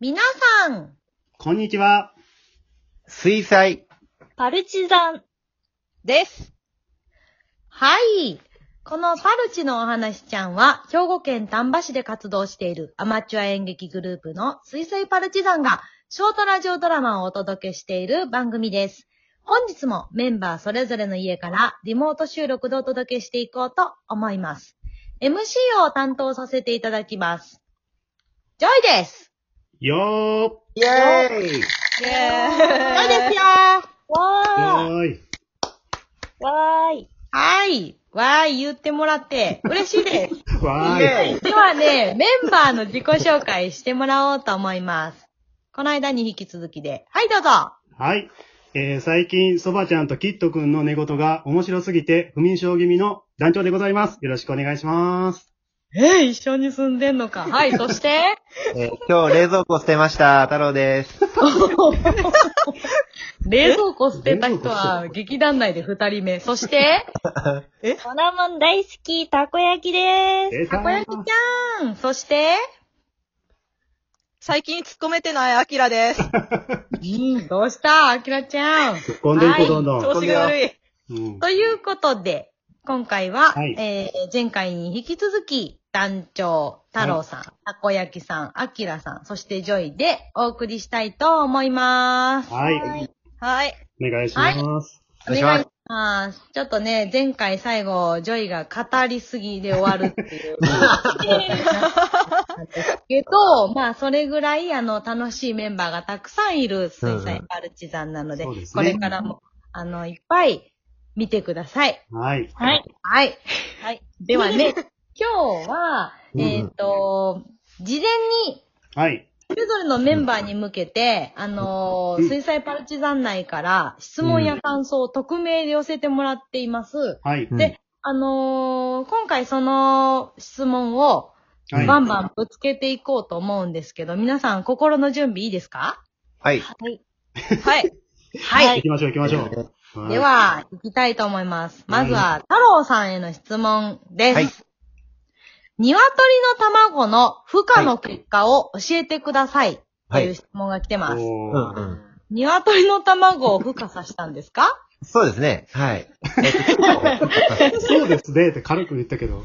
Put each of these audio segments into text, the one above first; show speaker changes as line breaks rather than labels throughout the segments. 皆さん、
こんにちは。
水彩。
パルチザン。
です。
はい。このパルチのお話ちゃんは、兵庫県丹波市で活動しているアマチュア演劇グループの水星パルチザンが、ショートラジオドラマをお届けしている番組です。本日もメンバーそれぞれの家からリモート収録でお届けしていこうと思います。MC を担当させていただきます。ジョイです
よ
イェーイ
ジョイ
イェ
です
ーイ。
よ
ー。
わ
よーい。
わーい。
はい。わーい、言ってもらって、嬉しいです。
わ
イ
ーい。
ェーイ
ではね、メンバーの自己紹介してもらおうと思います。この間に引き続きで。はい、どうぞ。
はい。えー、最近、そばちゃんとキットくんの寝言が面白すぎて不眠症気味の団長でございます。よろしくお願いします。
え一緒に住んでんのか。はい、そ して、
えー今日冷蔵庫捨てました。太郎です。
冷蔵庫捨てた人は劇団内で二人目。そ して、
粉もん大好き、たこ焼きでーす。
えー、
たこ焼きちゃん。そして、
最近突っ込めてないアキラです。
うん、どうしたあきらちゃん。
突っ込んでい
はい
こう、どんどん。
調子が悪い。
うん
ということで、今回は、
はい
えー前回に引き続き、団長、太郎さん、たこ焼きさん、あきらさん、そしてジョイでお送りしたいと思います。
はい。
はい。
お願いします。
お願いします
お願いします。ちょっとね、前回最後、ジョイが語りすぎで終わるっていう。けど、まあ、それぐらい、あの、楽しいメンバーがたくさんいる水
うんう
彩
ん
パルチザンなので、
そうです
こ
ね
れからも、あの、いっぱい見てください。
はい。
はい。
はい。
はい。
では ね、今日は、
うん
えっ、と、事前に、
はい。
それぞれのメンバーに向けて、あのー
うん
水彩パルチザン内から質問や感想を匿名で寄せてもらっています。
はい。
うん
で、あのー今回その質問を
はい。
バンバンぶつけていこうと思うんですけど、皆さん心の準備いいですか
はい。
はい。
はい。
行きましょう、行きましょう。い
で、は、行きたいと思います。まずは、太郎さんへの質問です。
はい
鶏の卵の孵化の結果を教えてください。と
は
いう
い。
質問が来てます。
う
お
んう
ー
ん。
鶏の卵を孵化させたんですか
そうですね。はい。
そうですねって軽く言ったけど、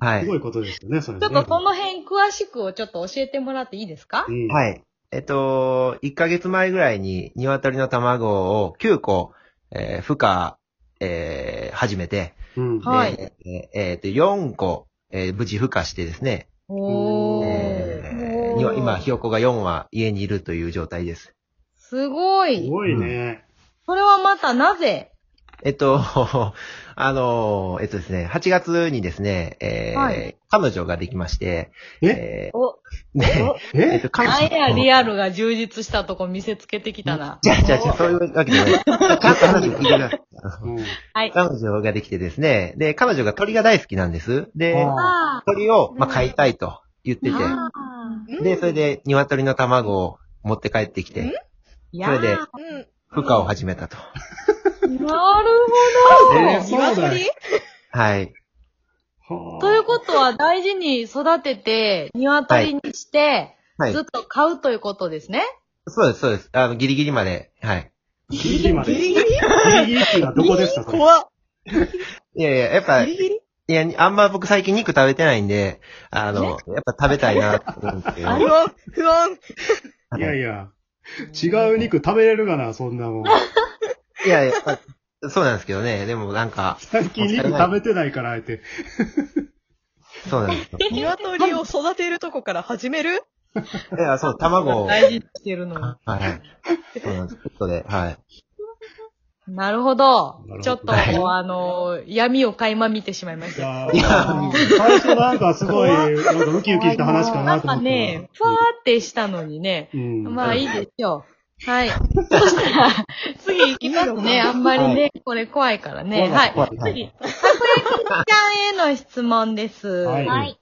は
す
い
ご。いことですよね、そ
ち
れね
ょっとその辺詳しくをちょっと教えてもらっていいですか
うん
は。い。えっと、1ヶ月前ぐらいに鶏の卵を9個、えー、孵化、えー、始めて、
うん。
ははい
でえーえーっと、4個、えー、無事孵化してですね、
お
え
ー。
ー、にわ今、ひよこが4羽家にいるという状態です。
すご
す
い。
ごいね。
それはまたなぜ
えっと、 あの、えっとですね、8月にですね、えー
はい
彼女ができまして、えー
お、
ね、えっ
え
と、彼
あ
女
んやリアルが充実したとこ見せつけてきたな。
じゃあじゃあじゃあそういうわけじゃない。彼女聞いてください
うん
はい。
彼女ができてですね、で、彼女が鳥が大好きなんです。で、
あ
あ
鳥を、まあ、飼いたいと言って
ー
て、
あー
うん
で、それ。で鶏の卵を持って帰ってきて、
いや
それで
ー、
うん。
孵化を始めたと。
なるほ
ー
ど。
えーそうだよ
鶏
はい。
はあ
ということは大事に育てて、鶏にして、
はい
ずっ。と飼うということですね。
そうです、そうです。あの、ギリギリまで。はい。
ギリギリまで。ギリギリっていうのはどこですかそれ
怖っ。
いやいや、やっぱ、
ギリギリ
いや、あんま僕最近肉食べてないんで、あの、やっぱ食べたいなって思うんですけど。
不安、不安。
いやいや。違う肉食べれるかな、そんなもん。
いやいや、そうなんですけどね。でもなんか、
最近肉食べてないから、あえて。
そうなん ですよ。
鶏を育てるとこから始める
いや、そう、卵 を。はい。
大事にしてるのに。
そうなんです。ちょっとで、はい。
なるほど
なるほど。
ちょっと、
はい
あの、闇を垣間見てしまいまし
い
た。
や最初なんかすごい、なんかウキウキした話か
な
なんと思
か
って。
ね、ふわーってしたのにね。
うん。
まあいいでしょう。 はい。そしたら、次行きますね。あんまりね、これ怖いからね。はい。
怖い怖い
次、たこ焼きちゃんへの質問です。
はい
はい。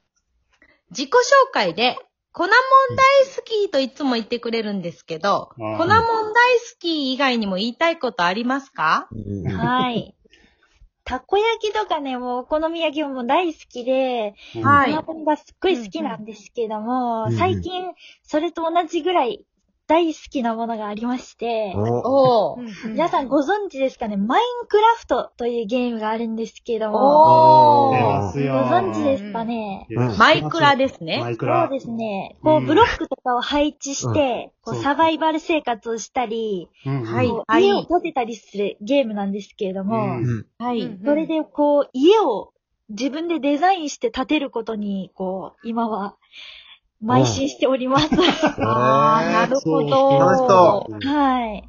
自己紹介で、粉もん大好きといつも言ってくれるんですけど、粉
うん
もん大好き以外にも言いたいことありますか
うんうん
はい。たこ焼きとかね、もうお好み焼きも大好きで、
うん
はい
卵がすっごい好きなんですけども、
うん
最近、育それと同じぐらい大好きなものがありまして、
お
おー。
皆
皆さんご存知ですかねマインクラフトというゲームがあるんですけども、
お
出ま
ー。
す
ご
よ。
存知ですかね
いや知ってます
マイクラです
マ
ね。
イク
そ
ラ
う。ですね。こ
うん
う、ブロックとかを配置して、
うん
こう
そう
サバイバル生活をしたり、
うんうん
はい
こう家を建てたりするゲームなんですけれども、
うん
うん。
は
う
い
ん。
それでこう、家を自分でデザインして建てることに、こう、今は、邁進しており ま
あ
す。
ー、なるほど。
楽しそ
うん
はい。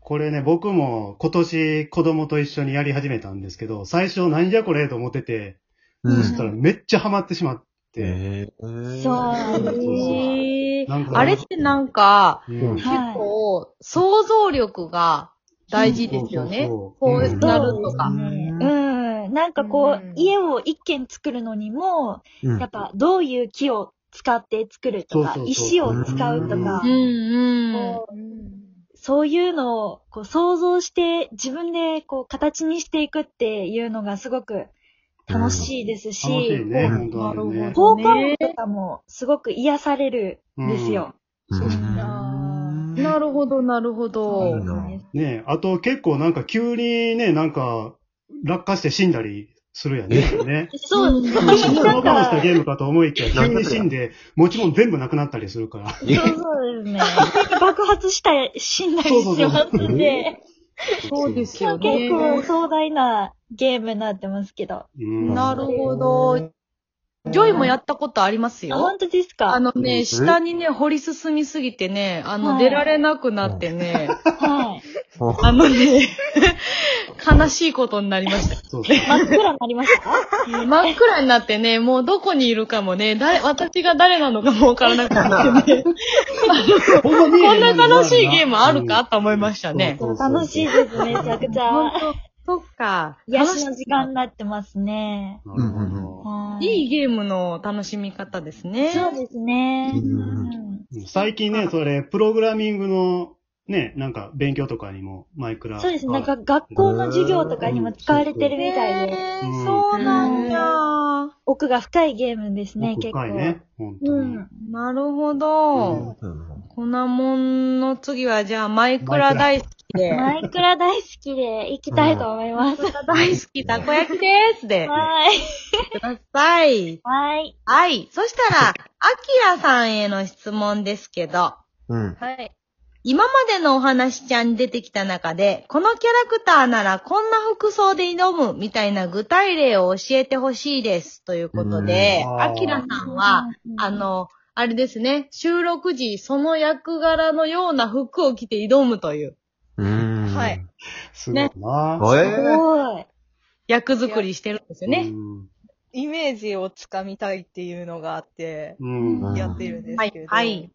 これね、僕も今年子供と一緒にやり始めたんですけど、最初何じゃこれと思ってて、
う
そ
ん
したらめっちゃハマってしまって。
えー
そうなんですよ。
へー
なんか
あれってなんか、
うん
結
はい
構、想像力が大事ですよね。
そ
こ
うそうそう
うなると
う
か。
ん。うんなんかこ
うん
う、家を一軒作るのにも、
うん
やっぱどういう木を使って作るとか
そうそう、そう
石を使うとか
う、んうん。
こうそういうのをこう想像して自分でこう形にしていくっていうのがすごく楽しいですし、
楽しいね、
う
本
ん
当あれね
なる。
効果音とかもすごく癒されるんですよ。
そうそう
うん
なるほど、なるほど。
ん
そうです
ねあと結構なんか急にね、なんか落下して死んだりするやんね。 ね
そうです
一瞬動かしたゲームかと思いきや、急
なんか
に死んで、持ち物全部なくなったりするから。
え
そうそうですね。 爆発したり死んだりしますんで、
そうですよ
結
ね。
構壮大なゲームになってますけど。
うん
なるほど。ジョイもやったことあります
あ、
よ
本。当ですか
あの
う
ね、
ん
下にね、掘り進みすぎてね、あ
は
の、
い
出られなくなってね、
はい。
あのね、 悲しいことになりました。
そ うそう。
真っ暗になりました
真っ暗になってね、もうどこにいるかもね、誰、私が誰なのかもわからなくな ってね、
こ
こんな楽しいゲームあるかと思いましたね。
楽しいですね、めちゃくちゃ。
そっか。
癒しの時間になってますね。
なるほど
うんうん
はい
いいゲームの楽しみ方ですね。
そうですね。
う
うんん
最近ね、それ、プログラミングの、ね、なんか、勉強とかにも、マイクラ。
そうですね。なんか学校の授業とかにも使われてるみたいで、
へー
うん
そうなんや。
奥が深いゲームですね、
奥
結構。
深いね、本当
う
に。
ん。
なるほど。
うん
こんなもんの次はじゃあマイクラ大好きで。
マイクラ大好きで行きたいと思います。
大好きたこ焼きですで、
はい。
ください。
はい。
はい。そしたら、アキラさんへの質問ですけど、
うん。
はい。
今までのお話ちゃんに出てきた中で、このキャラクターならこんな服装で挑むみたいな具体例を教えてほしいです。ということで
う、ん
アキラさんは、あの、あれですね、収録時、その役柄のような服を着て挑むという
うん。
はい。
すごいな。
お
す
え
ごい。
役作りしてるんですよね。
イメージをつかみたいっていうのがあって、
うん。うん。
うん
やってるんですけれど、
はいはい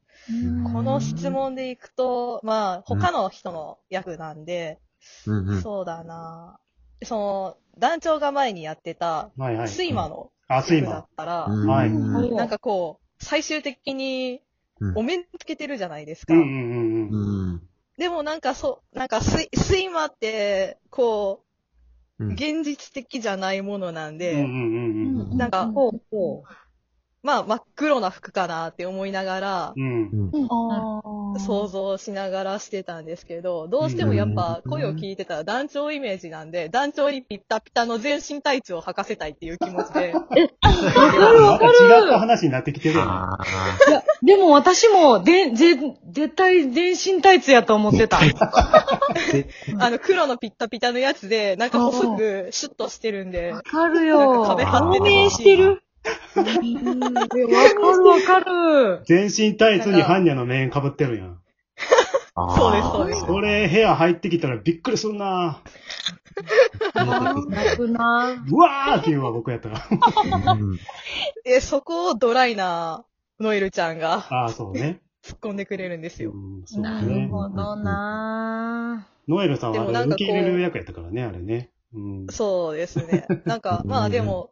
この質問でいくと、まあ、他の人の役なんで、
うんうん。
そうだなその、団長が前にやってた、
はいはい。
睡魔の
あ、睡
役だっ
魔。
たら、
うん
はい
うん
なんかこう、最終的に
う、ん
お面つけてるじゃないです
う
か。
んうんうんうん。
でもなんかそう、なんか睡、睡魔って、こ
う
う、
ん。
現実的じゃないものなん
うん
で、
うんうん
なんか、
ほうほ
まあ、真っ黒な服かなって思いながら、
うん。うん。
うん
おー
想像しながらしてたんですけど、どうしてもやっぱ声を聞いてたら団長イメージなんで、団長にピッタピタの全身タイツを履かせたいっていう気持ち で、
なんか違った話になってきてるよね。
あ
う。でも私も、で、ぜ、絶対全身タイツやと思ってた。
ーで
あの黒のピッタピタのやつで、なんか細くシュッとしてるんで、
わかる
なん
よ。
か壁
わ
張って
透明
る
してる
かるわかる。
全身タイツにハンニャの面被ってるやん。
あー
そうですそうです
それ、部屋入ってきたらびっくりすんな
泣くな。
うわーって言うわ、僕やったら。
うん
え、そこをドライなノエルちゃんが
ああ、そうね。
突っ込んでくれるんです
う
よ。
ん、そう
な
ね
る。ほどな。
ノエルさんは
でもな
あれ
んかこう
受け入れる役やったからね、あれね。うん。
そうですね。な んか、ま
う
あ
ん
でも、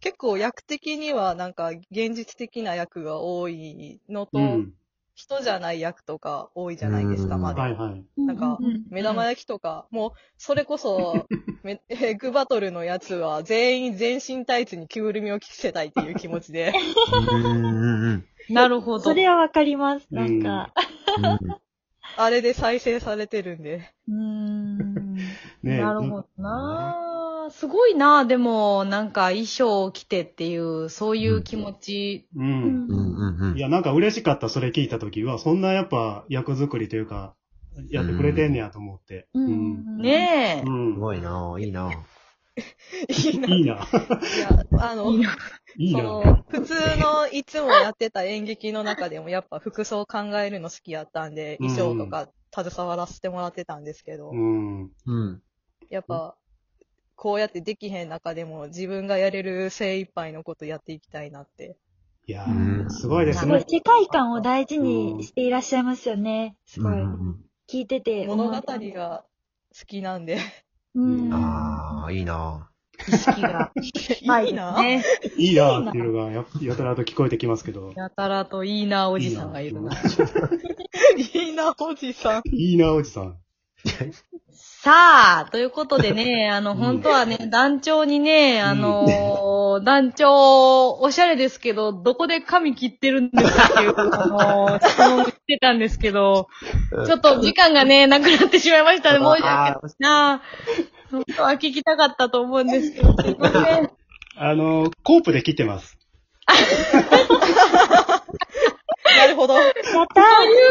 結構役的にはなんか現実的な役が多いのと、
うん。
人じゃない役とか多いじゃないですか、
うん
まだ。
はいはい。
なんか、目玉焼きとか、もう、それこそ、 めエッグバトルのやつ は、全員全身タイツに着ぐるみを着せたいっていう気持ちで、
うんうんうん
なるほど。
それはわかります。
うん
なんか、
あれで再生されてるんで。
うーん。
ね
なるほどなあすごいなあでも、なんか衣装を着てっていう、そういう気持ち。
う。
う
う
ん
んうん
ん。
うんうん
いや、なんか嬉しかった、それ聞いたときは、そんなやっぱ役作りというか、やってくれてんねやと思って。
う
うん。
ん。
ね
う
す
ん。
ごいなぁ、いいなぁ。
いいな。
いい
い
な。
や、あ
え。
の、
いい
そ
な。
の、普通のいつもやってた演劇の中でもやっぱ服装考えるの好きやったんで、
うん
衣装とか携わらせてもらってたんですけど、
うん。
うん。
やっぱ、こうやってできへん中でも自分がやれる精一杯のことやっていきたいなって。
いや
う
ー、
ん
すごいです
す
ね
ごい。世界観を大事にしていらっしゃいますよね。すごい。
うん
聞いてて。
物語。が好きなんで。
うん。
ああ、いいな
意識が。
いいな。
ね。
いいなっていうのがや、やたらと聞こえてきますけど。
やたらといいなあおじさんがいるな。
いいな、おじさん。
いいな、おじさん。
さあ、ということでね、あの、本当はね、団長にね、あのー団長、おしゃれですけど、どこで髪切ってるんですかっていう、あのー質問をしてたんですけど、
ぁ。
ちょっと時間がね、なくなってしまいましたね。申し訳ない
あー
な。本当は聞きたかったと思うんですけど、すいません。
あの、コープで切ってます。
なるほど。
やったー
という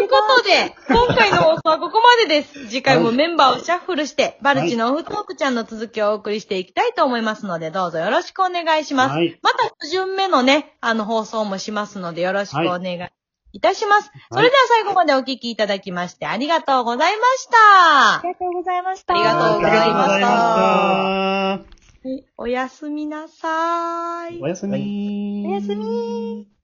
ことで、今回の放送はここまでです。次回もメンバーをシャッフルして、バルチのオフトークちゃんの続きをお送りしていきたいと思いますので、どうぞよろしくお願いします。
はい
また、1巡目のね、あの、放送もしますので、よろしくお願いいたします。それでは最後までお聞きいただきまして、ありがとうございました
あ。りがとうございました。
ありがとうございました
ありがとうございま
おやすみなさーい
した。お。やすみ
おやすみー。